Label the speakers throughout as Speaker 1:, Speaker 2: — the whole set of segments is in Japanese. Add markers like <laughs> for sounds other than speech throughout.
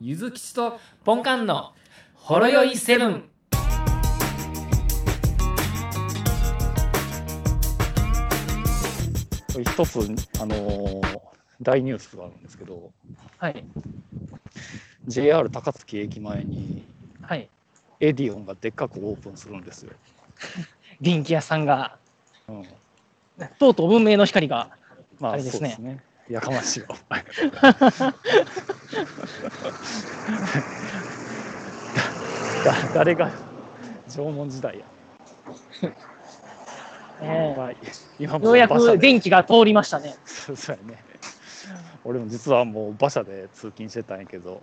Speaker 1: ゆずきちとポンカンのほろよいセブン。
Speaker 2: 一つ、あのー大ニュースがあるんですけど、
Speaker 1: はい。
Speaker 2: JR 高槻駅前に
Speaker 1: はい。
Speaker 2: エディオンがでっかくオープンするんですよ。
Speaker 1: 電気屋さんが、
Speaker 2: うん、
Speaker 1: とうとう文明の光が。
Speaker 2: ま
Speaker 1: あ
Speaker 2: あ、
Speaker 1: れで
Speaker 2: そ
Speaker 1: す
Speaker 2: う
Speaker 1: ね
Speaker 2: ですね。やかま
Speaker 1: <laughs>
Speaker 2: しいわ。だ誰が縄文時
Speaker 1: <laughs>
Speaker 2: 代や。
Speaker 1: え
Speaker 2: はい今
Speaker 1: えようや
Speaker 2: 馬車
Speaker 1: く
Speaker 2: で
Speaker 1: 電気が通りましたね。
Speaker 2: そうそうやね。俺も実はもう馬車で通勤してたんやけど、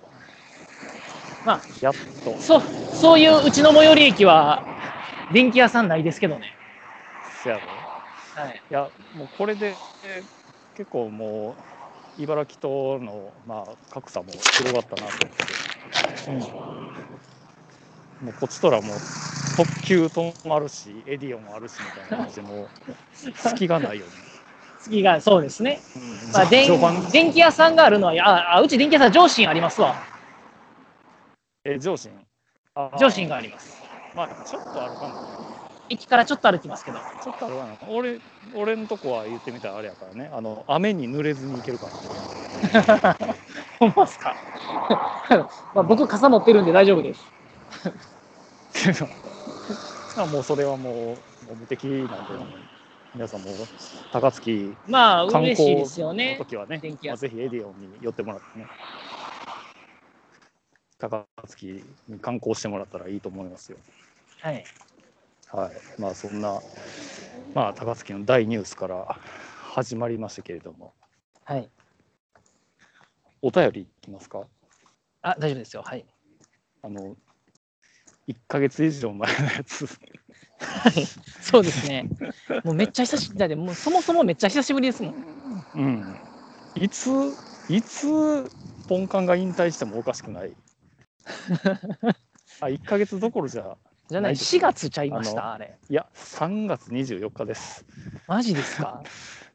Speaker 1: まあ、
Speaker 2: やっと、
Speaker 1: そう、そういううちの最寄り駅は、電気屋さんないですけどね。
Speaker 2: せやろ。
Speaker 1: はい。
Speaker 2: いやもうこれでえー結構もう茨城との、まあ、格差も広がったなと思って、もうこっちとらもう特急止まるしエディオンもあるしみたいな感じでもう隙がないよね。
Speaker 1: 次が、そうですね。
Speaker 2: うん
Speaker 1: <laughs> まあ、電
Speaker 2: 序盤
Speaker 1: 電気屋さんがあるのは、あ、あうち電気屋さん上信ありますわ。
Speaker 2: え上信あー
Speaker 1: 上信があります。
Speaker 2: まあちょっとあるかも
Speaker 1: 駅からちょっと歩きますけど。
Speaker 2: ちょっとあるかな俺俺のとこは言ってみたらあれやからねあの雨に濡れずに行けるから
Speaker 1: ほんますか。 <laughs> まあ、僕傘持ってるんで大丈夫です。
Speaker 2: っていうの <laughs> はもうそれはもうもう無敵なんで、皆さんも高槻
Speaker 1: まあ、
Speaker 2: 観
Speaker 1: 嬉しい
Speaker 2: 光
Speaker 1: ですよ
Speaker 2: の
Speaker 1: ね。
Speaker 2: 時はね、
Speaker 1: 電気
Speaker 2: ま
Speaker 1: 屋
Speaker 2: あ、ぜひエディオンに寄ってもらってね、高槻に観光してもらったらいいと思いますよ。
Speaker 1: はい。
Speaker 2: はい、まあそんな、まあ、高槻の大ニュースから始まりましたけれども、
Speaker 1: はい。
Speaker 2: お便りいきますか
Speaker 1: あ、大丈夫ですよ。はい。
Speaker 2: あの1ヶ月以上前のやつ、
Speaker 1: そうです <laughs> ね。もうめっちゃ久しぶりだってもうそもそもめっちゃ久しぶりですもん。
Speaker 2: うん、いついつポンカンが引退してもおかしくないあ1ヶ月どころじゃ
Speaker 1: じゃな
Speaker 2: な
Speaker 1: い、
Speaker 2: いですね
Speaker 1: 4月ちゃいまし
Speaker 2: あ
Speaker 1: た、あれ。
Speaker 2: いや3月24日です、
Speaker 1: マジですか。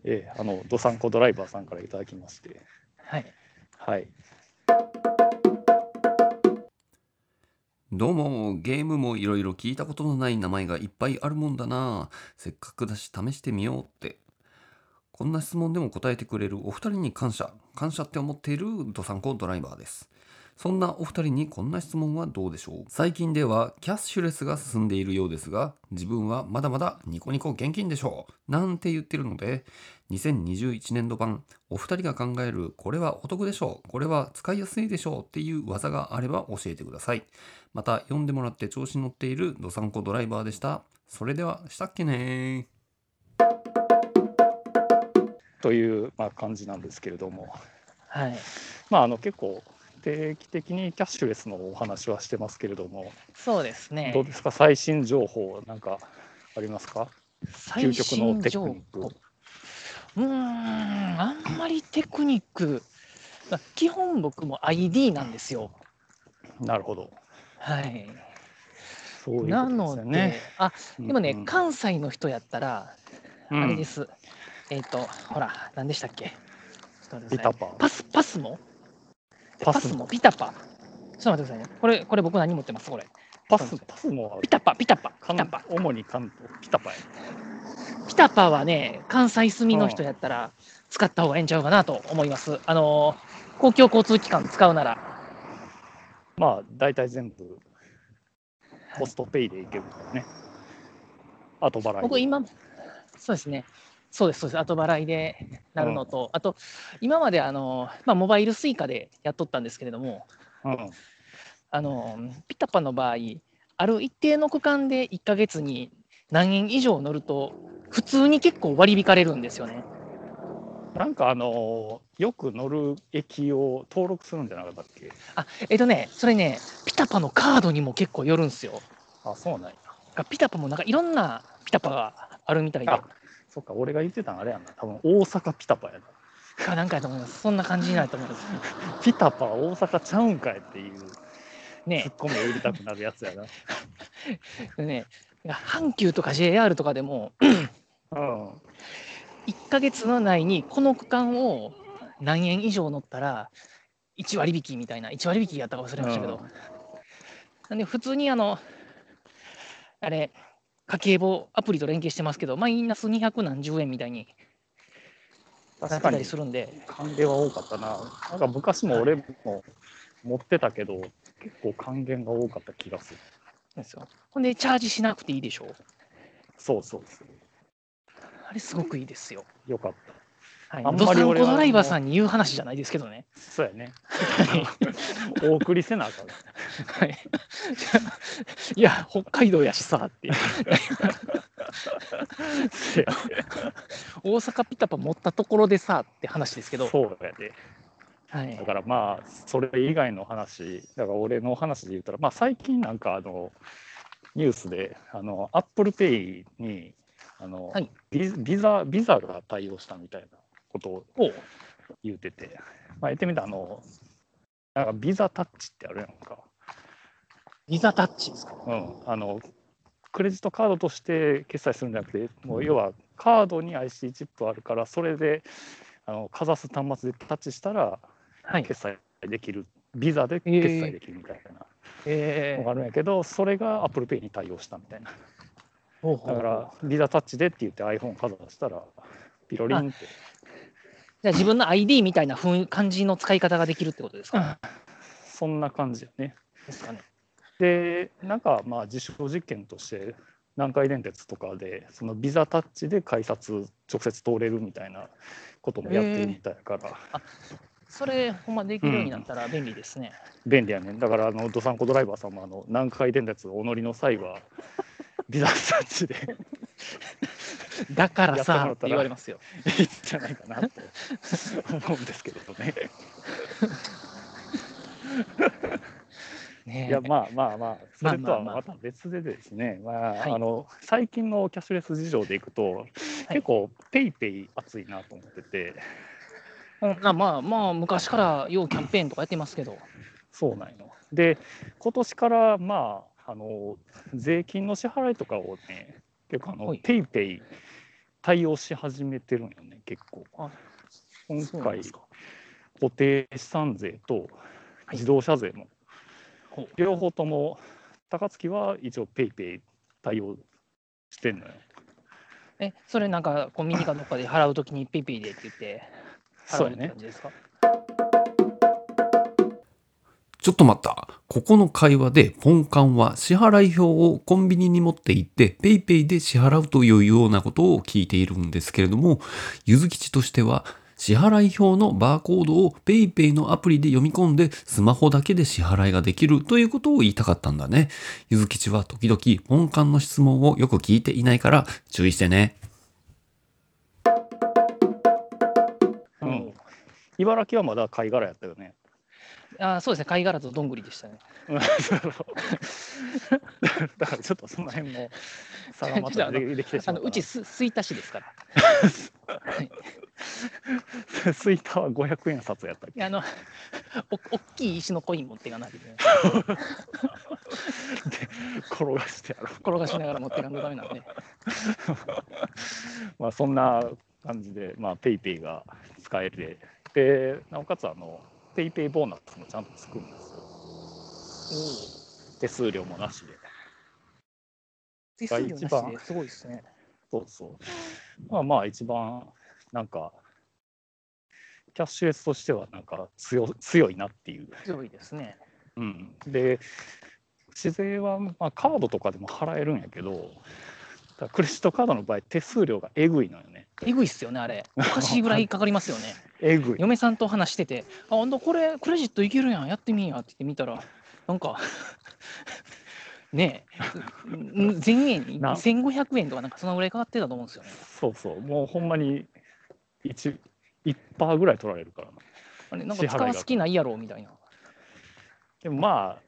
Speaker 2: ええあのどさんこドライバーさんからいただきまして
Speaker 1: はい。
Speaker 2: はい
Speaker 3: どうも、ゲームもいろいろ聞いたことのない名前がいっぱいあるもんだな。せっかくだし試してみようって。こんな質問でも答えてくれるお二人に感謝。感謝って思っているドサンコドライバーです。そんなお二人にこんな質問はどうでしょう最近ではキャッシュレスが進んでいるようですが、自分はまだまだニコニコ現金でしょうなんて言ってるので、2021年度版、お二人が考えるこれはお得でしょうこれは使いやすいでしょうっていう技があれば教えてください。また読んでもらって調子に乗っているドサンコドライバーでした。それでは、したっけね
Speaker 2: という、まあ、感じなんですけれども
Speaker 1: はい。
Speaker 2: まああの結構定期的にキャッシュレスのお話はしてますけれども
Speaker 1: そうですね
Speaker 2: どう。ですか最新情報なんかありますか
Speaker 1: 最
Speaker 2: 究極の
Speaker 1: 新
Speaker 2: テ
Speaker 1: 情
Speaker 2: ク
Speaker 1: 報。
Speaker 2: ニック
Speaker 1: うーん、あんまりテクニック。まあ基本僕も ID なんですよ。
Speaker 2: なるほど
Speaker 1: はい。
Speaker 2: そういうことです
Speaker 1: な
Speaker 2: よ
Speaker 1: ので、
Speaker 2: ね
Speaker 1: あ、でもね、
Speaker 2: うんうん
Speaker 1: 関西の人やったら、
Speaker 2: うん
Speaker 1: あれです。えっ、と、ほら、何でしたっけちょっと待っ
Speaker 2: ピ
Speaker 1: てくださ
Speaker 2: タ
Speaker 1: い
Speaker 2: パン
Speaker 1: パス、パスも
Speaker 2: パ
Speaker 1: パ
Speaker 2: ス
Speaker 1: スもピタパ。ちょっと待ってくださいね。これ、これ僕何持ってますこれ。
Speaker 2: パスパスもある
Speaker 1: ピタパ、ピタパ、
Speaker 2: か
Speaker 1: ピ
Speaker 2: ん
Speaker 1: タパ。
Speaker 2: 主に関東ピタパや
Speaker 1: ピタパはね、関西住みの人やったら使った方がええんちゃうかなと思います。あのー公共交通機関使うなら。
Speaker 2: まあ大体全部ポストペイでいけるからね、後払い
Speaker 1: 僕今、そうですね。そうです、そうです。後払いでなるのと、あと、今まであのー、まあ、モバイルスイカでやっとったんですけれども、
Speaker 2: うん、
Speaker 1: あのピタパの場合ある一定の区間で1ヶ月に何円以上乗ると普通に結構割り引かれるんですよね。
Speaker 2: なんかあのーよく乗る駅を登録するんじゃなかったっけ
Speaker 1: あえっとねそれねピタパのカードにも結構よるんですよ。
Speaker 2: あそうなんや
Speaker 1: がピタパもなんかいろんなピタパがあるみたいで
Speaker 2: あそっか俺が言ってたんあれやな多分大阪ピタパやな
Speaker 1: がなんかやと思いますそんな感じになると思います。
Speaker 2: ピタパ大阪ちゃうんかいっていうツッ
Speaker 1: ね
Speaker 2: コミを入れたくなるやつ <laughs> やな、
Speaker 1: でね阪急とか JR とかでも
Speaker 2: うん、
Speaker 1: 1ヶ月の内にこの区間を何円以上乗ったら1割引きみたいな、1割引きやったか忘れましたけど、なんで普通にあの、あれ、家計簿アプリと連携してますけど、マイナス200何十円みたいにな
Speaker 2: 確
Speaker 1: って
Speaker 2: か
Speaker 1: た
Speaker 2: に
Speaker 1: りするんで、
Speaker 2: 還元は多かったな。なんか昔も俺も持ってたけど、結構還元が多かった気がする。
Speaker 1: なんですよほんで、チャージしなくていいでしょう。
Speaker 2: そうそうそう。
Speaker 1: あれ、すごくいいですよ。
Speaker 2: よかった。
Speaker 1: はい
Speaker 2: あん、
Speaker 1: ド
Speaker 2: ま
Speaker 1: サ
Speaker 2: り
Speaker 1: ンコ
Speaker 2: 俺は
Speaker 1: ドライバーさんに言う話じゃないですけどね。
Speaker 2: そうやね。 <laughs> お送りせなあかん。
Speaker 1: はい、 <laughs> いや、北海道やしさって、 <laughs>
Speaker 2: せや
Speaker 1: 大阪ピタパ持ったところでさって話ですけど、
Speaker 2: そうやで。
Speaker 1: はい
Speaker 2: だ、からまあ、それ以外の話、だから俺の話で言ったら、まあ最近なんかあの、ニュースで、あの、アップルペイに、あの、
Speaker 1: はい
Speaker 2: ビビザ、ビザが対応したみたいなことを
Speaker 1: お
Speaker 2: 言うてて、まあ言ってみたらあの、なんかビザタッチってあるやんか。
Speaker 1: ビザタッチですか。
Speaker 2: うん、あのクレジットカードとして決済するんじゃなくて、もう要はカードに IC チップあるから、それであのかざす端末でタッチしたら
Speaker 1: はい、
Speaker 2: 決済できる、ビザで決済できるみたいなの
Speaker 1: え
Speaker 2: があるんやけど、それが ApplePay に対応したみたいな。だ
Speaker 1: ー、だ
Speaker 2: か
Speaker 1: から
Speaker 2: ら、ビザタッチでって言って iPhone かざしたら、ピロリンって。
Speaker 1: じゃあ自分の ID みたいなふん感じの使い方ができるってことですか,、
Speaker 2: そんな感じやね。
Speaker 1: ですかね
Speaker 2: でなんかまあ実証実験として南海電鉄とかでそのビザタッチで改札直接通れるみたいなこともやってるみたいだから、
Speaker 1: それ、ほんまできるようになったら便利ですね。
Speaker 2: 便利やねだからあのどさんこドライバーさんもあの南海電鉄をお乗りの際はビザタッチで
Speaker 1: <laughs>
Speaker 2: <laughs>
Speaker 1: だから
Speaker 2: やっても
Speaker 1: さ
Speaker 2: らっ
Speaker 1: っ
Speaker 2: てたら
Speaker 1: 言われますよ。
Speaker 2: いいんじゃないかなと <laughs> 思うんですけどね。
Speaker 1: ねえ
Speaker 2: いやまあまあまあそれとはまた別でですねま
Speaker 1: は
Speaker 2: あ
Speaker 1: い
Speaker 2: あの最近のキャッシュレス事情でいくと
Speaker 1: はい
Speaker 2: 結構ペイペイ熱いなと思ってて。
Speaker 1: うんまあまあ、まあ、昔からようキャンペーンとかやってますけど、
Speaker 2: そうなんよ。で、今年から、まあ、あの税金の支払いとかをね、結構あ
Speaker 1: は
Speaker 2: の、
Speaker 1: い
Speaker 2: ペイペイ対応し始めてるんよね、結構
Speaker 1: あ。そう
Speaker 2: 今
Speaker 1: なん
Speaker 2: 回
Speaker 1: ですか、
Speaker 2: 固定資産税と
Speaker 1: はい
Speaker 2: 自動車税も、
Speaker 1: ほう
Speaker 2: 両方とも、高槻は一応、ペイペイ対応してんのよ。
Speaker 1: えそれなんかコンビニかどっかで払うときにペイペイでって言って
Speaker 2: そうや
Speaker 1: 払うって
Speaker 2: ね
Speaker 1: 感。じですか、
Speaker 3: ちょっと待った。ここの会話で、ポンカンは支払い表をコンビニに持って行って、ペイペイで支払うというようなことを聞いているんですけれども、ゆずきちとしては、支払い表のバーコードをペイペイのアプリで読み込んで、スマホだけで支払いができるということを言いたかったんだね。ゆずきちは時々、ポンカンの質問をよく聞いていないから、注意してね。
Speaker 2: う
Speaker 1: うん
Speaker 2: ん茨城はまだ貝殻やったよね。
Speaker 1: あそうですね、貝殻とどんぐりでしたね。
Speaker 2: <laughs> うんそうやろだからちょっとその辺も差がまたでできてし
Speaker 1: あ
Speaker 2: ま
Speaker 1: の
Speaker 2: ったな
Speaker 1: うちす吹田市ですから。
Speaker 2: スイタは500円札やったっ
Speaker 1: いやあの <laughs> お大きい石のコイン持っていかないと
Speaker 2: <laughs>
Speaker 1: いけない。
Speaker 2: け転がしてやろ
Speaker 1: 転がしながら持っていかんとダメなんで。
Speaker 2: う、まあ、そんな感じで、まあ、ペイペイが使えてでなおかつあのペイペイボーナスもちゃんとつくんですよ手数料もなしで
Speaker 1: 手数料
Speaker 2: 一
Speaker 1: なしで
Speaker 2: 番
Speaker 1: すごいですね。
Speaker 2: そうそうまあまあ一番なんかキャッシュレスとしてはなんか強強いなっていう、
Speaker 1: 強いですね。
Speaker 2: うん、で市税は、まあ、カードとかでも払えるんやけどただクレジットカードの場合手数料がえぐいのよね
Speaker 1: えぐいっすよね、あれ。おかしいぐらいかかりますよね。
Speaker 2: えぐい
Speaker 1: 嫁さんと話してて、あ、ほんとこれクレジットいけるやん、やってみんやって言ってみたら、なんか。 <laughs> ねえん全円に
Speaker 2: な
Speaker 1: 1500円とかなんかそのぐらいかかってたと思うんですよね。
Speaker 2: そうそう、もうほんまに 1%, 1ぐらい取られるからな。
Speaker 1: あれなんか使わす気ないやろみたいな。
Speaker 2: でもまあ、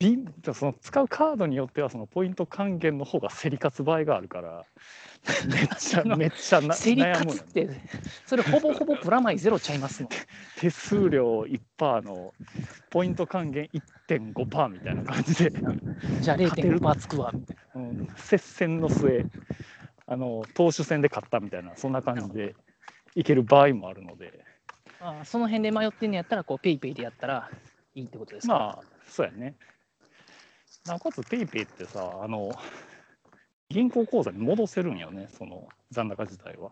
Speaker 2: ビその使うカードによってはそのポイント還元の方が競り勝つ場合があるから、めっ
Speaker 1: <laughs>
Speaker 2: ちゃめっちゃな
Speaker 1: 競り
Speaker 2: 悩
Speaker 1: 勝
Speaker 2: む
Speaker 1: つ
Speaker 2: の
Speaker 1: っ
Speaker 2: ね
Speaker 1: て、それほぼほぼプラマイゼロちゃ
Speaker 2: <laughs>
Speaker 1: いますの。
Speaker 2: 手数料1%のポイント還元1.5%みたいな感じで、
Speaker 1: じゃあ
Speaker 2: 勝てる
Speaker 1: 0.5%つくわみたい
Speaker 2: うん接戦の末あの、投手戦で勝ったみたいな、そんな感じでいける場合もあるので、
Speaker 1: あーその辺で迷ってんのやったら、こう、ペイペイでやったらいいってことですか。
Speaker 2: まあ、そうやね。なおかつ、ペイペイってさ、あの、銀行口座に戻せるんよね、その残高自体は。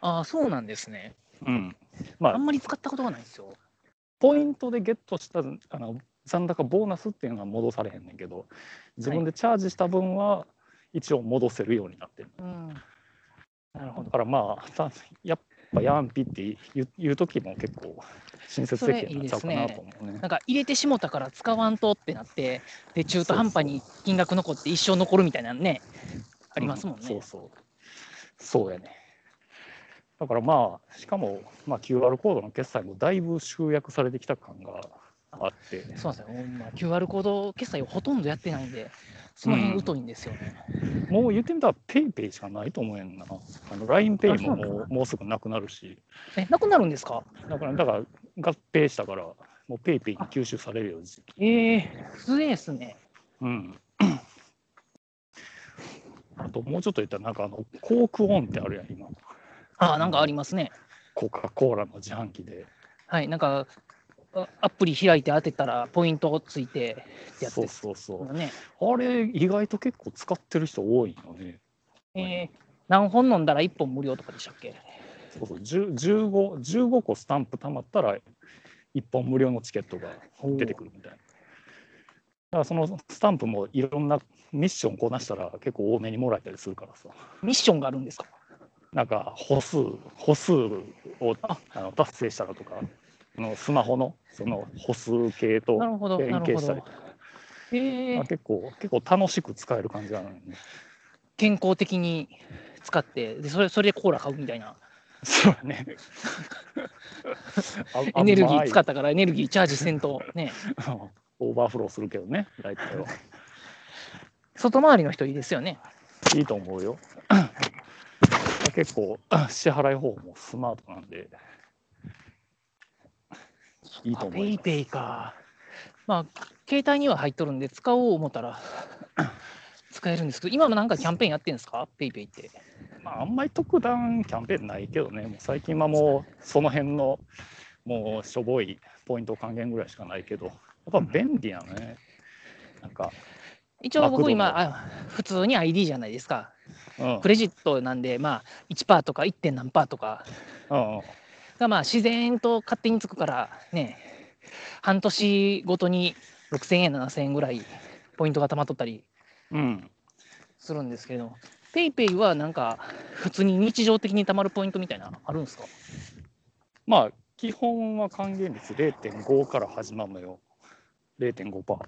Speaker 1: ああー、そうなんですね。
Speaker 2: うん。ま
Speaker 1: あ
Speaker 2: あ
Speaker 1: ん、まり使ったことがないんですよ。
Speaker 2: ポイントでゲットしたあの残高ボーナスっていうのは戻されへんねんけど、自分でチャージした分は一応戻せるようになってる。
Speaker 1: うん。なるほ
Speaker 2: だ
Speaker 1: ど。
Speaker 2: からまあ、 <laughs> たやっぱヤンピって言う言う時も結構親切的になっちゃうかなと思うね。
Speaker 1: なんか入れてしもたから使わんとってなって、で、中途半端に金額残って一生残るみたいなのね、ありますもん
Speaker 2: うそう
Speaker 1: ね。
Speaker 2: そう。そうやね。だからまあ、しかも、まあ、QR コードの決済もだいぶ集約されてきた感があって、
Speaker 1: そうなんですよ。ほんま QR コード決済をほとんどやってないんで、その辺疎いんですよね。
Speaker 2: もう言ってみたら PayPay しかないと思えんな。あの LINEPay ももうもうすぐなくなるし、
Speaker 1: え、なくなるんですか
Speaker 2: だから、だから合併したから、もう PayPay に吸収されるよ、時期。
Speaker 1: ええすげえですね。
Speaker 2: うん。あともうちょっと言ったら、なんかあの、コークオンってあるやん、今。
Speaker 1: ああ、なんかありますね。
Speaker 2: コカ・コーラの自販機で。
Speaker 1: はい、なんか、あアプリ開いて当てたらポイントついてってやつ
Speaker 2: そう
Speaker 1: です
Speaker 2: そうそう
Speaker 1: よ。ね。
Speaker 2: あれ、意外と結構使ってる人多いよね。
Speaker 1: ええ何本飲んだら1本無料とかでしたっけ
Speaker 2: そうそう、10 15, 15個スタンプ貯まったら、1本無料のチケットが出てくるみたいな。だからそのスタンプもいろんなミッションこなしたら結構多めにもらえたりするからさ、
Speaker 1: ミッションがあるんですか
Speaker 2: なんか歩数、歩数をあの達成したらとか、あのスマホのその歩数計と
Speaker 1: なるほど、
Speaker 2: 連
Speaker 1: なる
Speaker 2: 携
Speaker 1: ほ
Speaker 2: したり
Speaker 1: ど。ええ
Speaker 2: あ結構、結構楽しく使える感じなのよね。
Speaker 1: 健康的に使って、でそれそれでコーラ買うみたいな。
Speaker 2: そうだね。あ
Speaker 1: エネルギー使
Speaker 2: っ
Speaker 1: ったからエネルギーチャージせんと、
Speaker 2: <laughs>
Speaker 1: ね、
Speaker 2: うんオーバーフローするけどね、大体は。
Speaker 1: 外回りの人いいですよね。
Speaker 2: いいと思うよ。結構、支払い方もスマートなんで、いいと思
Speaker 1: あペ
Speaker 2: い
Speaker 1: イ
Speaker 2: ま
Speaker 1: ペイか。まあ、携帯には入っとるんで、使おう思った
Speaker 2: <laughs>
Speaker 1: ら使えるんですけど、今もなんかキャンペーンやってんですかペイペイって。
Speaker 2: す。まあ、あんまり特段キャンペーンないけどね、もう最近はもう、その辺の、もうしょぼいポイント還元ぐらいしかないけど、やっぱ便利やね。なんか、
Speaker 1: 一応
Speaker 2: マクド
Speaker 1: 僕
Speaker 2: も
Speaker 1: 今、あ普通に ID じゃないですか。
Speaker 2: うん
Speaker 1: ク、レジットなんで、まあ、1%とか 1. 点何パーとか
Speaker 2: うん、
Speaker 1: が、まあ、自然と勝手につくから、ね、半年ごとに6000円、7000円ぐらいポイントがたまっとったり
Speaker 2: うん、
Speaker 1: するんですけど、ペイペイはなんか、普通に日常的にたまるポイントみたいなのあるんですか
Speaker 2: まあ、基本は還元率0.5から始まるのよ。0.5%。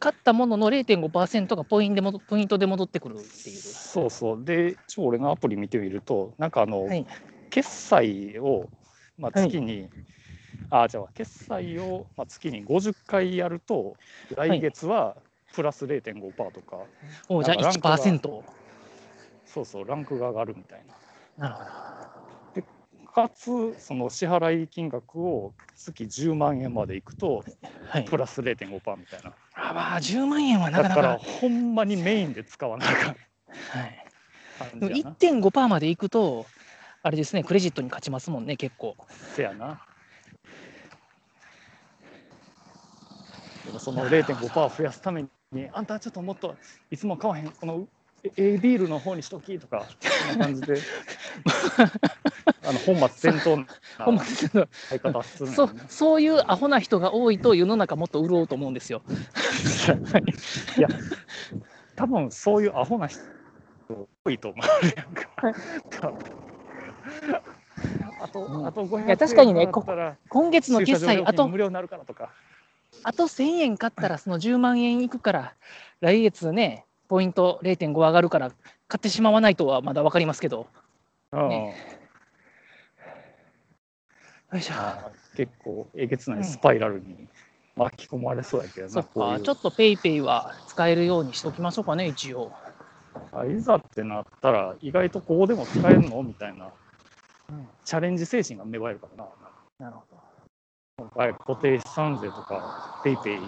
Speaker 1: 買ったものの0.5%がポイントで戻ポイントで戻ってくるっていう。
Speaker 2: そうそう。で、一応俺のアプリ見てみると、なんかあの、
Speaker 1: はい
Speaker 2: 決済を、まあ、
Speaker 1: はい
Speaker 2: 月に、あ、じゃあ、決済を、まあ、月に50回やると、
Speaker 1: い
Speaker 2: 来月はプラス0.5%とか、
Speaker 1: おうじゃあ
Speaker 2: なんかランク
Speaker 1: 1%。
Speaker 2: そうそう、ランクが上がるみたいな。
Speaker 1: なるほど。
Speaker 2: かつ、その支払い金額を月10万円までいくと、
Speaker 1: はい
Speaker 2: プ。ラス0.5%みたいな。
Speaker 1: あまあ、10万円はなか
Speaker 2: だ
Speaker 1: な
Speaker 2: か
Speaker 1: か。
Speaker 2: ら、ほんまにメインで使わなあかん
Speaker 1: はい、で
Speaker 2: 感
Speaker 1: も
Speaker 2: じやな。
Speaker 1: 1.5%までいくと、あれですね、クレジットに勝ちますもんね、結構。
Speaker 2: せやな。でもその0.5%増やすために、あんたちょっともっといつも買わへん、このえ A ビールの方にしときとか、そんな感じで、あの本末転倒な
Speaker 1: ほんまですけど
Speaker 2: 買い方するん
Speaker 1: そ
Speaker 2: や
Speaker 1: うそういうアホな人が多いと、世の中もっと潤うと思うんですよ。
Speaker 2: <laughs> ないや、多分そういうアホな人多いと思うやんか。あと、あと500円
Speaker 1: いや確かにね
Speaker 2: 払ったら
Speaker 1: 今月の決
Speaker 2: 駐
Speaker 1: 済、
Speaker 2: 車場
Speaker 1: あ
Speaker 2: 料金
Speaker 1: と
Speaker 2: 無料になるからとか。
Speaker 1: あと1000円買ったら、その10万円いくから、来月ね、ポイント0.5上がるから、買ってしまわないとはまだ分かりますけど。ねよいしょ。
Speaker 2: あー結構えげつないスパイラルに巻き込まれそうやけど
Speaker 1: そ
Speaker 2: な、
Speaker 1: っ
Speaker 2: こうい
Speaker 1: か、
Speaker 2: う
Speaker 1: ちょっとペイペイは使えるようにしておきましょうかね、一応。
Speaker 2: あいざってなったら意外とここでも使えるのみたいな、
Speaker 1: うん
Speaker 2: チャレンジ精神が芽生えるからな
Speaker 1: なるほど。
Speaker 2: 今回固定資産税とかペイペイ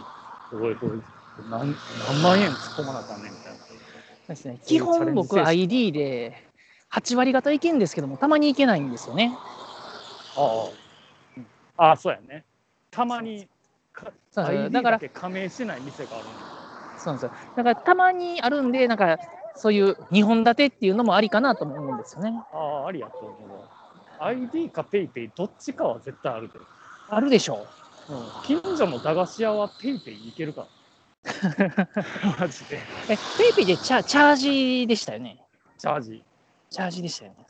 Speaker 2: 覚えと何何万円突っ込まなあかんねんみたいな
Speaker 1: です
Speaker 2: そ
Speaker 1: ね、
Speaker 2: うい
Speaker 1: 基
Speaker 2: うチャレンジ精神
Speaker 1: 本僕 ID で8割方いけんですけども、たまにいけないんですよね。
Speaker 2: あああ、そうやね。たまにか
Speaker 1: そうそう
Speaker 2: ID
Speaker 1: だから
Speaker 2: だけ加盟してない店があるんだ
Speaker 1: そうなんですよ。だからたまにあるんで、なんかそういう2本立てっていうのもありかなとも思うんですよね。
Speaker 2: ああ、ありやと思うわ。ID か PayPay ペイペイどっちかは絶対あるで。
Speaker 1: あるでしょ
Speaker 2: 近所の駄菓子屋は PayPay ペイペイ行けるから。マジで。
Speaker 1: う。え、ペイペイでチャチャージでしたよね。
Speaker 2: チャージ。
Speaker 1: チャージでしたよね。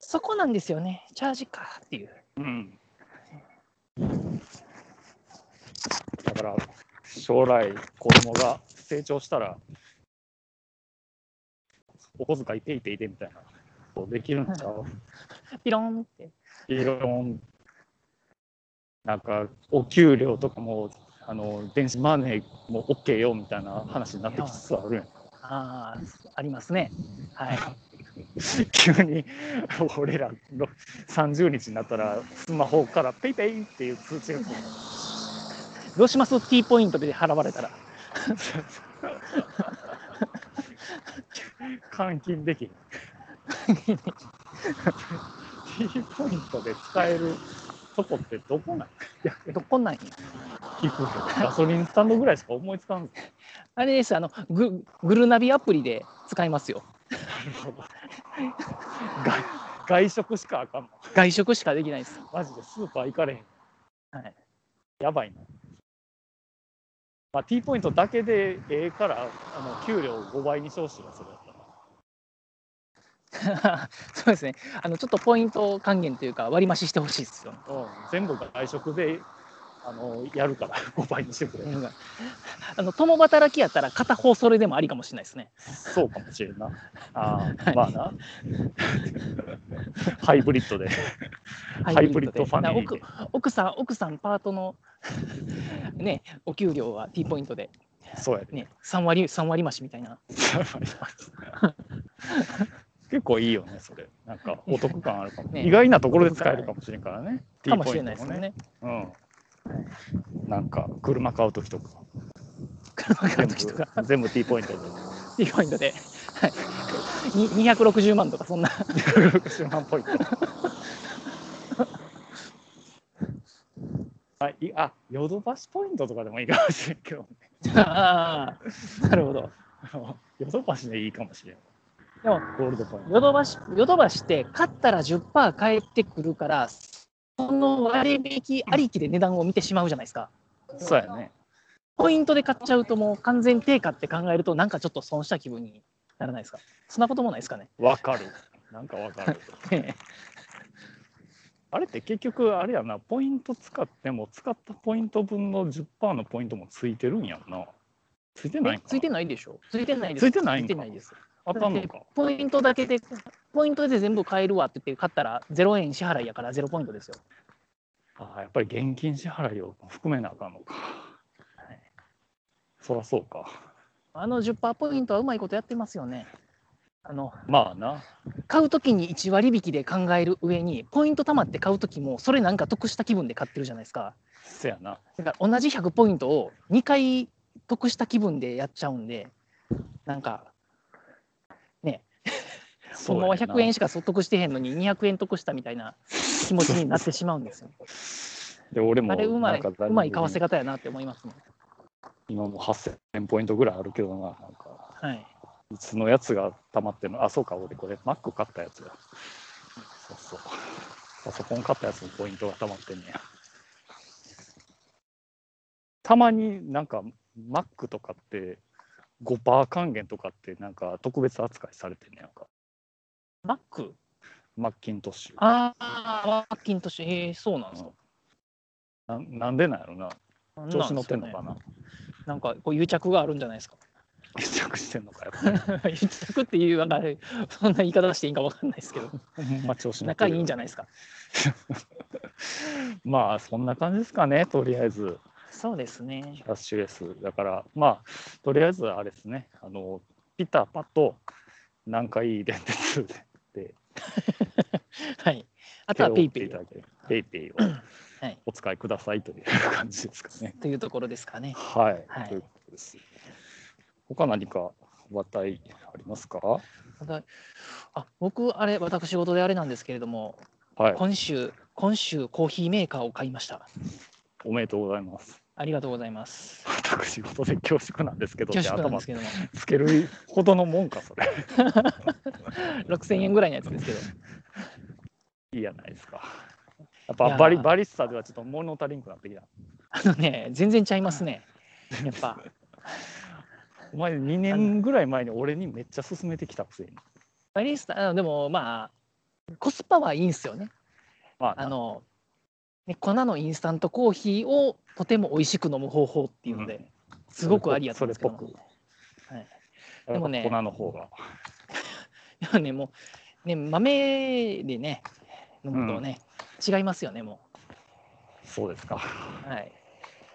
Speaker 1: そこなんですよね。チャージかっていう。
Speaker 2: うん。だから、将来子供が成長したら、お小遣い PayPay ペイペイでみたいな。ことできるんちゃう
Speaker 1: ピロンって。
Speaker 2: いろんなんかお給料とかもあの電子マネーも OK よみたいな話になってきつつあるやん
Speaker 1: ああ、ありますね。はい。
Speaker 2: <laughs> 急に俺らの30日になったらスマホからペイペイっていう通知が来る
Speaker 1: どうします ?T ポイントで払われたら。
Speaker 2: 換金できる T ポイントで使えるとこってどこなん
Speaker 1: どこなんや。
Speaker 2: 聞くけどガソリンスタンドぐらいしか思いつかんぞ <laughs>
Speaker 1: あれです、あの、ググルナビアプリで使いますよ。
Speaker 2: 外外食しかあかんの
Speaker 1: 外食しかできないです。 <laughs>
Speaker 2: マジでスーパー行かれへん
Speaker 1: はい。
Speaker 2: やばいな。まあ、T ポイントだけでええから、あの給料を5倍に少子がそれやったら。
Speaker 1: そうですね。あの、ちょっとポイント還元というか、割り増ししてほしいですよ。
Speaker 2: うん、全部外食であのやるから、5倍 <laughs> にしてくれ。
Speaker 1: うん <laughs> あの、共働きやったら、片方それでもありかもしれないですね。
Speaker 2: そうかもしれんな。ああ、まあな。
Speaker 1: <laughs>
Speaker 2: ハイブリッドで。 <laughs> ハイブリッド
Speaker 1: で
Speaker 2: ファミリー
Speaker 1: だ
Speaker 2: で
Speaker 1: から奥奥さん、奥さんパートの <laughs> ね、お給料は T ポイントで、
Speaker 2: そうやで。
Speaker 1: ね、3割、三割増しみたいな。
Speaker 2: 結構いいよね、それ。なんかお得感あるかも。
Speaker 1: ね
Speaker 2: 意外なところで使えるかもしれんからね。
Speaker 1: かもしれないですよね。
Speaker 2: うん。なんか車買うときとか。
Speaker 1: 車 <laughs> 買う時とか、
Speaker 2: 全部全部 T ポイントで
Speaker 1: T ポイントで。はい。に260万とか、そんな。 <laughs>
Speaker 2: 60万ポイント。あ、いあヨドバシポイントとかでもいいかもしれんけど、
Speaker 1: ああ、なるほど。
Speaker 2: <laughs> ヨドバシでいいかもしれん。
Speaker 1: でも、
Speaker 2: ゴールドポイント。
Speaker 1: ヨドバシ、ヨドバシって、買ったら10%返ってくるから、その割引ありきで値段を見てしまうじゃないですか。
Speaker 2: そうやね。
Speaker 1: ポイントで買っちゃうと、もう完全定価って考えると、なんかちょっと損した気分にならないですか。そんなこともないですかね。
Speaker 2: わかる。 <laughs> なんかわかる。あれって結局あれやな、ポイント使っても使ったポイント分の10%のポイントもついてるんやんな。ついてないん
Speaker 1: え
Speaker 2: か
Speaker 1: ついてないでしょついてないです。
Speaker 2: ついてないん
Speaker 1: つい
Speaker 2: か
Speaker 1: てないです。
Speaker 2: あかんのか。
Speaker 1: ポイントだけで、ポイントで全部買えるわって言って、買ったら0円支払いやから0ポイントですよ。
Speaker 2: ああ、やっぱり現金支払いを含めなあかんのか。
Speaker 1: い
Speaker 2: そらそうか。
Speaker 1: あの10%ポイントはうまいことやってますよね。あの
Speaker 2: まあな。
Speaker 1: 買うときに1割引きで考える上に、ポイント貯まって買うときも、それなんか得した気分で買ってるじゃないですか。
Speaker 2: せやな。
Speaker 1: だから同じ100ポイントを2回得した気分でやっちゃうんで、なんか、
Speaker 2: そ
Speaker 1: ほんまは100円
Speaker 2: し
Speaker 1: しか得してへんのに、200円得したみたいな気持ちになってしまうんですよ。
Speaker 2: で、俺 <laughs> も
Speaker 1: あれうまい、
Speaker 2: なんか
Speaker 1: うまい為替方やなって思いますね。
Speaker 2: 今もう8000ポイントぐらいあるけどな。なんか、
Speaker 1: はい。
Speaker 2: いつのやつが溜まってるの。あ、そうか、俺これ Mac 買ったやつや。そうそう。パソコン買ったやつのポイントが溜まってんねや。たまになんか Mac とかって5%還元とかってなんか特別扱いされてんねやんか。
Speaker 1: マック
Speaker 2: マッキントッシュ。
Speaker 1: ああ、マッキントッシュ、えー、そうなんですか。
Speaker 2: なんなんでなんやろな調子乗ってんの
Speaker 1: な
Speaker 2: か
Speaker 1: ん
Speaker 2: な
Speaker 1: なんかこう癒着があるんじゃないですか。 <laughs>
Speaker 2: 決着してんのかやっぱり
Speaker 1: 癒着っていうなんかそんな言い方していいんかわかんな
Speaker 2: <laughs>
Speaker 1: いですけど、
Speaker 2: ほんま調子乗って
Speaker 1: 仲
Speaker 2: る
Speaker 1: いいんじゃないですか。
Speaker 2: まあそんな感じですかねとりあえず
Speaker 1: そうですね
Speaker 2: キ。ャッシュレスだからまあとりあえずあれですねあのピタパと南海電鉄で
Speaker 1: はい。あとはペイペイ
Speaker 2: 手を打っていただけるペイペイを
Speaker 1: はい
Speaker 2: お使いくださいという感じですかね
Speaker 1: というところですかね。
Speaker 2: はい、
Speaker 1: はい
Speaker 2: ということです他何か話題ありますかは
Speaker 1: ただあ僕あれ私事であれなんですけれども、
Speaker 2: い
Speaker 1: 今週今週コーヒーメーカーを買いました。
Speaker 2: おめでとうございます。
Speaker 1: ありがとうございます。
Speaker 2: 私事で恐縮なんですけど、
Speaker 1: 恐縮なん
Speaker 2: 頭
Speaker 1: ですけども、
Speaker 2: つけるほどのもんか、それ。
Speaker 1: 6000円ぐらいのやつですけど、
Speaker 2: <laughs> いいやないですか。やっ
Speaker 1: い
Speaker 2: ぱ
Speaker 1: やー
Speaker 2: バリバリスタではちょっと物足りんくなってきた。
Speaker 1: あのね、全然ちゃいますね。やっぱ、
Speaker 2: お前2年ぐらい前に俺にめっちゃ勧めてきたくせに。
Speaker 1: バリスタ、あのでもまあ、コスパはいいんですよね。
Speaker 2: まあ、
Speaker 1: あの、ね、粉のインスタントコーヒーをとても美味しく飲む方法っていうので、
Speaker 2: うん
Speaker 1: すごくありやった
Speaker 2: そ
Speaker 1: ん
Speaker 2: れ
Speaker 1: で
Speaker 2: っ
Speaker 1: すけ
Speaker 2: ぽ
Speaker 1: ども
Speaker 2: く。
Speaker 1: はい
Speaker 2: で
Speaker 1: で
Speaker 2: も
Speaker 1: も
Speaker 2: ね、
Speaker 1: ね
Speaker 2: 粉の方が。
Speaker 1: でも <laughs> ね、もう、ね、豆でね、飲むとね、違いますよね、も
Speaker 2: そうですか。
Speaker 1: う。はい。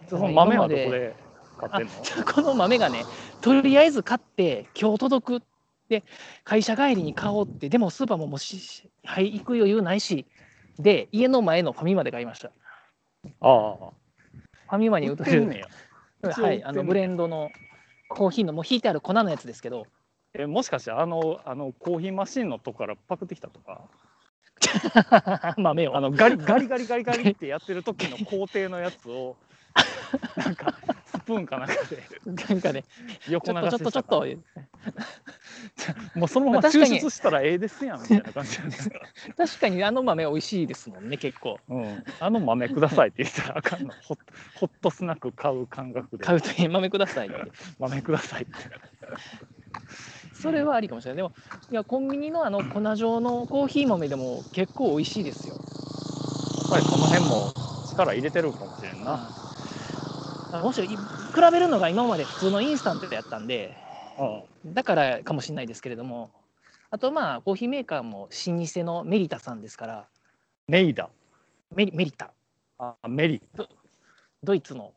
Speaker 2: その豆はど
Speaker 1: 今ま
Speaker 2: こ
Speaker 1: で
Speaker 2: で買ってんの
Speaker 1: あ <laughs> この豆がね、とりあえず買って、今日届く。で、会社帰りに買おうって、でもスーパーももうし、はい、行く余裕ないし、で、家の前のファミマで買いました。フ
Speaker 2: あ
Speaker 1: ァミマ
Speaker 2: あ、
Speaker 1: に
Speaker 2: 売
Speaker 1: 売
Speaker 2: っ
Speaker 1: ってて
Speaker 2: ん
Speaker 1: る、
Speaker 2: ねや。一応 <laughs>
Speaker 1: は
Speaker 2: 売ってん
Speaker 1: い、
Speaker 2: の
Speaker 1: あのブレンドのコーヒーの、もう引いてある粉のやつですけど、 <laughs>
Speaker 2: え、もしかしてあの、あの、コーヒーマシンのとこからパクってきたとか、
Speaker 1: 豆を。
Speaker 2: あの、ガリガリガリガリガリってやってる時の工程のやつ
Speaker 1: <laughs>
Speaker 2: を、なんか、スプーンかなんかで
Speaker 1: なんかね、ち
Speaker 2: 横
Speaker 1: ょ
Speaker 2: 流
Speaker 1: っ
Speaker 2: し
Speaker 1: と
Speaker 2: し
Speaker 1: ち
Speaker 2: た
Speaker 1: ょっとちょっ
Speaker 2: から
Speaker 1: と、
Speaker 2: もうそのまま
Speaker 1: 確
Speaker 2: 抽
Speaker 1: かに
Speaker 2: 出したらええですやんみたいな感じなんですか。
Speaker 1: 確かにあの豆美味しいですもんね、結構。
Speaker 2: うん、あの豆くださいって言ったらあかんのホッホットスナック買う感覚で
Speaker 1: 買うとえ豆くださいって。
Speaker 2: 豆くださいって
Speaker 1: それはありかもしれない。でも、いや、コンビニのあの粉状のコーヒー豆でも結構美味しいですよ。
Speaker 2: やっぱりその辺も力入れてるかもしれんな、
Speaker 1: あもしい比べるのが今まで普通のインスタントやったんで
Speaker 2: うん、
Speaker 1: だからかもしれないですけれどもあとまあコーヒーメーカーも老舗のメリタさんですから
Speaker 2: ネイダ
Speaker 1: メリメリタ
Speaker 2: あメリ
Speaker 1: ドイツのとこ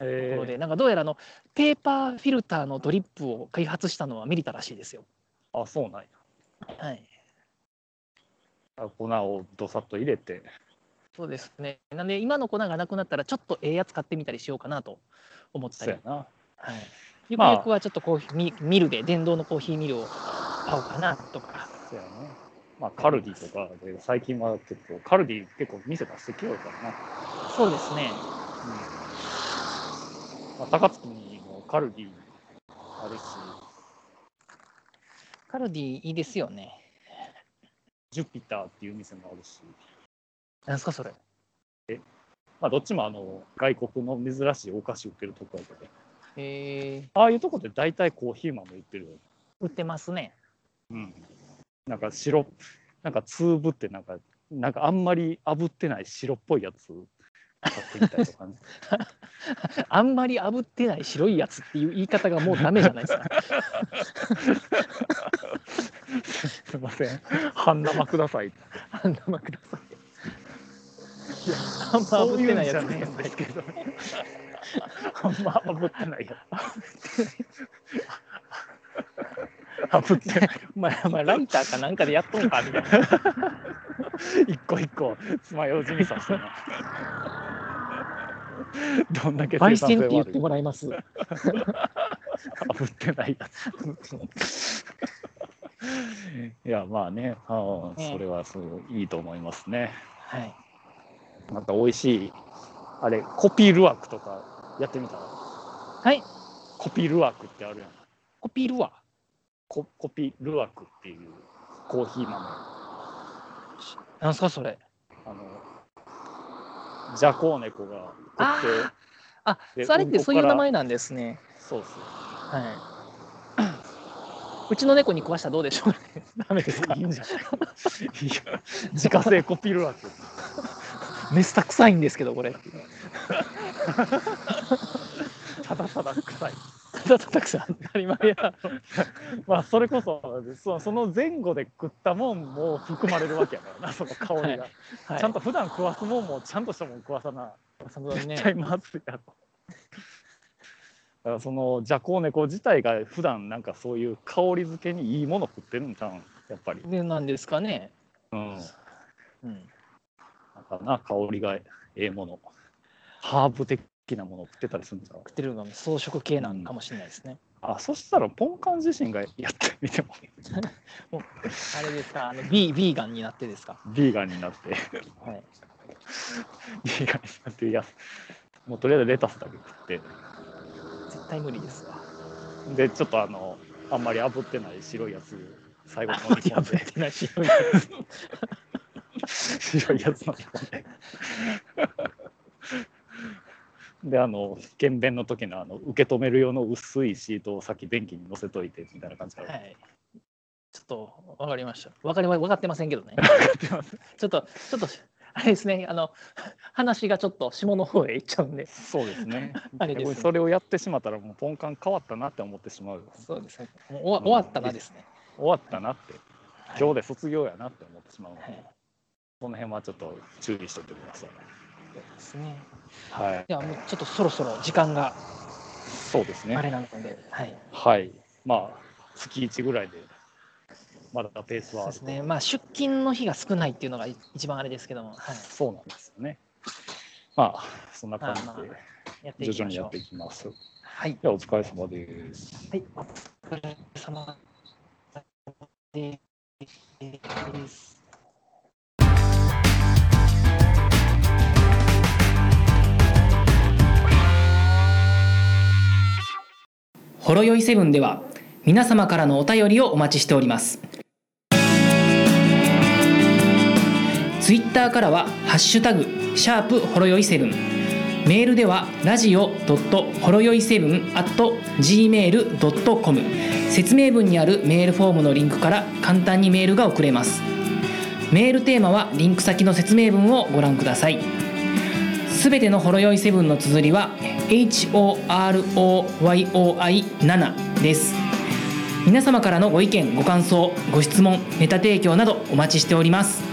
Speaker 2: え
Speaker 1: ろ
Speaker 2: ー
Speaker 1: で、なんかどうやらあのペーパーフィルターのドリップを開発したのはメリタらしいですよ。
Speaker 2: あそうなん
Speaker 1: はい、
Speaker 2: や粉をどさっと入れて
Speaker 1: そうですねなんで今の粉がなくなったらちょっとええやつ買ってみたりしようかなと思った
Speaker 2: そう
Speaker 1: り
Speaker 2: や、な
Speaker 1: はい、ゆく
Speaker 2: まあ
Speaker 1: ゆくはちょっとコーヒーミミルで電動のコーヒーミルを買おうかなとか
Speaker 2: そうやねまあカルディとかで最近は結構カルディ結構店出してきよるからな、
Speaker 1: そうですね
Speaker 2: まあ、高槻にもカルディあるし
Speaker 1: カルディいいですよね。
Speaker 2: ジュピターっていう店もあるし
Speaker 1: なんすかそれ。
Speaker 2: まあ、どっちもあの外国の珍しいお菓子売ってるとこやけど、
Speaker 1: えー、
Speaker 2: ああいうとこで大体コーヒー豆売ってるよ、
Speaker 1: 売ってますね。
Speaker 2: うん、なんか白、なんか粒ってなんか、なんかあんまり炙ってない白っぽいやつ買ってみたりとかね。
Speaker 1: あんまり炙ってない白いやつっていう言い方がもうダメじゃない <laughs> ですか。
Speaker 2: すいません、半生ください。
Speaker 1: あんなまください。あんま炙ってないやつ <laughs>
Speaker 2: そういうんじゃねえんですけど、あんま炙ってないやつ。炙ってない。
Speaker 1: お前、お前ライターかなんかでやっとんか <laughs> みたいな。
Speaker 2: 一個一個爪楊枝に刺してな。どんだけ
Speaker 1: 焙
Speaker 2: 生産性
Speaker 1: 煎って言っ
Speaker 2: 悪い
Speaker 1: てもらいます。
Speaker 2: 炙ってないやつ。いやまあねあの
Speaker 1: ね
Speaker 2: それはすごいいいと思いますね。
Speaker 1: はい。
Speaker 2: なんか美味しいあれコピールワークとかやってみたら
Speaker 1: はい。
Speaker 2: コピールワークってあるやん
Speaker 1: コピールは
Speaker 2: ココピールワークっていうコーヒー豆あ
Speaker 1: なんすかそれ。
Speaker 2: のジャコーネコが
Speaker 1: あ
Speaker 2: 取って
Speaker 1: あ
Speaker 2: で、
Speaker 1: それってそういう
Speaker 2: ここから
Speaker 1: 名前なんですね。
Speaker 2: そうそう
Speaker 1: <laughs> はい。うちの猫に食わしたらどうでしょうね。ダメですか
Speaker 2: いいんじゃないいや自家製コピールワーク
Speaker 1: めっさ臭いんですけど、これ。
Speaker 2: ただただ臭い
Speaker 1: ただただ臭い。当たり前や。
Speaker 2: まあそれこそそその前後で食ったもんも含まれるわけやからなその香りが、
Speaker 1: はい
Speaker 2: ちゃんと普段食わすもんもちゃんとしたもん食わさな
Speaker 1: そのね
Speaker 2: 絶対まずい <laughs> やろだからそのジャコウネコ自体が普段なんかそういう香り付けにいいもの食ってるんちゃうんやっぱり
Speaker 1: でなんですかね。
Speaker 2: うんなん
Speaker 1: うん、
Speaker 2: かな香りがええものハーブ的なものを食ってたりするんちゃう
Speaker 1: 食ってるのが草食系なんかもしれないですね。
Speaker 2: あ、そしたらポンカン自身がやってみても、
Speaker 1: あれですか、あのビービーガンになってですか。
Speaker 2: ビーガンになって、 <laughs> ビ
Speaker 1: はい、
Speaker 2: ーガンになって、いや、もうとりあえずレタスだけ食って、
Speaker 1: 絶対無理ですわ。
Speaker 2: で、ちょっとあの、あんまり炙ってない白いやつ、最後飲み込ん
Speaker 1: 破
Speaker 2: で
Speaker 1: っ、てないし、白い
Speaker 2: 白いやつ飲み込んで。 <laughs> で、あの、検便の時のあの受け止める用の薄いシートをさっき便器に乗せといてみたいな感じから、
Speaker 1: はい。ちょっと分かりました。分かりま分かってませんけどね。ちょっと、ちょっと、あれですね、あの、話がちょっと下の方へ行っちゃうんで。
Speaker 2: そうですね。
Speaker 1: <laughs> あれですね
Speaker 2: 逆にそれをやってしまったら、もうポンカン変わったなって思ってしまう。
Speaker 1: そうですね。もう終わ終わったなですね。
Speaker 2: 終わったなって、
Speaker 1: はい
Speaker 2: 今日で卒業やなって思ってしまうので、
Speaker 1: はい。
Speaker 2: その辺はちょっと注意しておいてください。
Speaker 1: そうですね。
Speaker 2: はい、
Speaker 1: ではもうちょっとそろそろ時間が
Speaker 2: そうです
Speaker 1: あれ
Speaker 2: ね。
Speaker 1: なので、はい。
Speaker 2: はい、まあ、月1ぐらいで、まだペース
Speaker 1: そう
Speaker 2: はあ
Speaker 1: で
Speaker 2: る
Speaker 1: す
Speaker 2: と
Speaker 1: ね。まあ出勤の日が少ないっていうのが一番あれですけども、はい。
Speaker 2: そうなんですよね。まあ、そんな感
Speaker 1: まあまやって
Speaker 2: じで、
Speaker 1: い
Speaker 2: 徐
Speaker 1: き
Speaker 2: 々
Speaker 1: ま
Speaker 2: に
Speaker 1: し
Speaker 2: や
Speaker 1: ょ
Speaker 2: って
Speaker 1: う。
Speaker 2: いきます。
Speaker 1: はい。
Speaker 2: では、お疲れ様です。
Speaker 1: はい。お疲れ様です。ほろよいセブンでは皆様からのお便りをお待ちしておりますツイッターからはハッシュタグシャープほろよいセブンメールではラジオドットほろよいセブン at gmail ドットコム説明文にあるメールフォームのリンクから簡単にメールが送れますメールテーマはリンク先の説明文をご覧くださいすべてのほろ酔いセブンの綴りは HOROYOI7 です皆様からのご意見ご感想ご質問ネタ提供などお待ちしております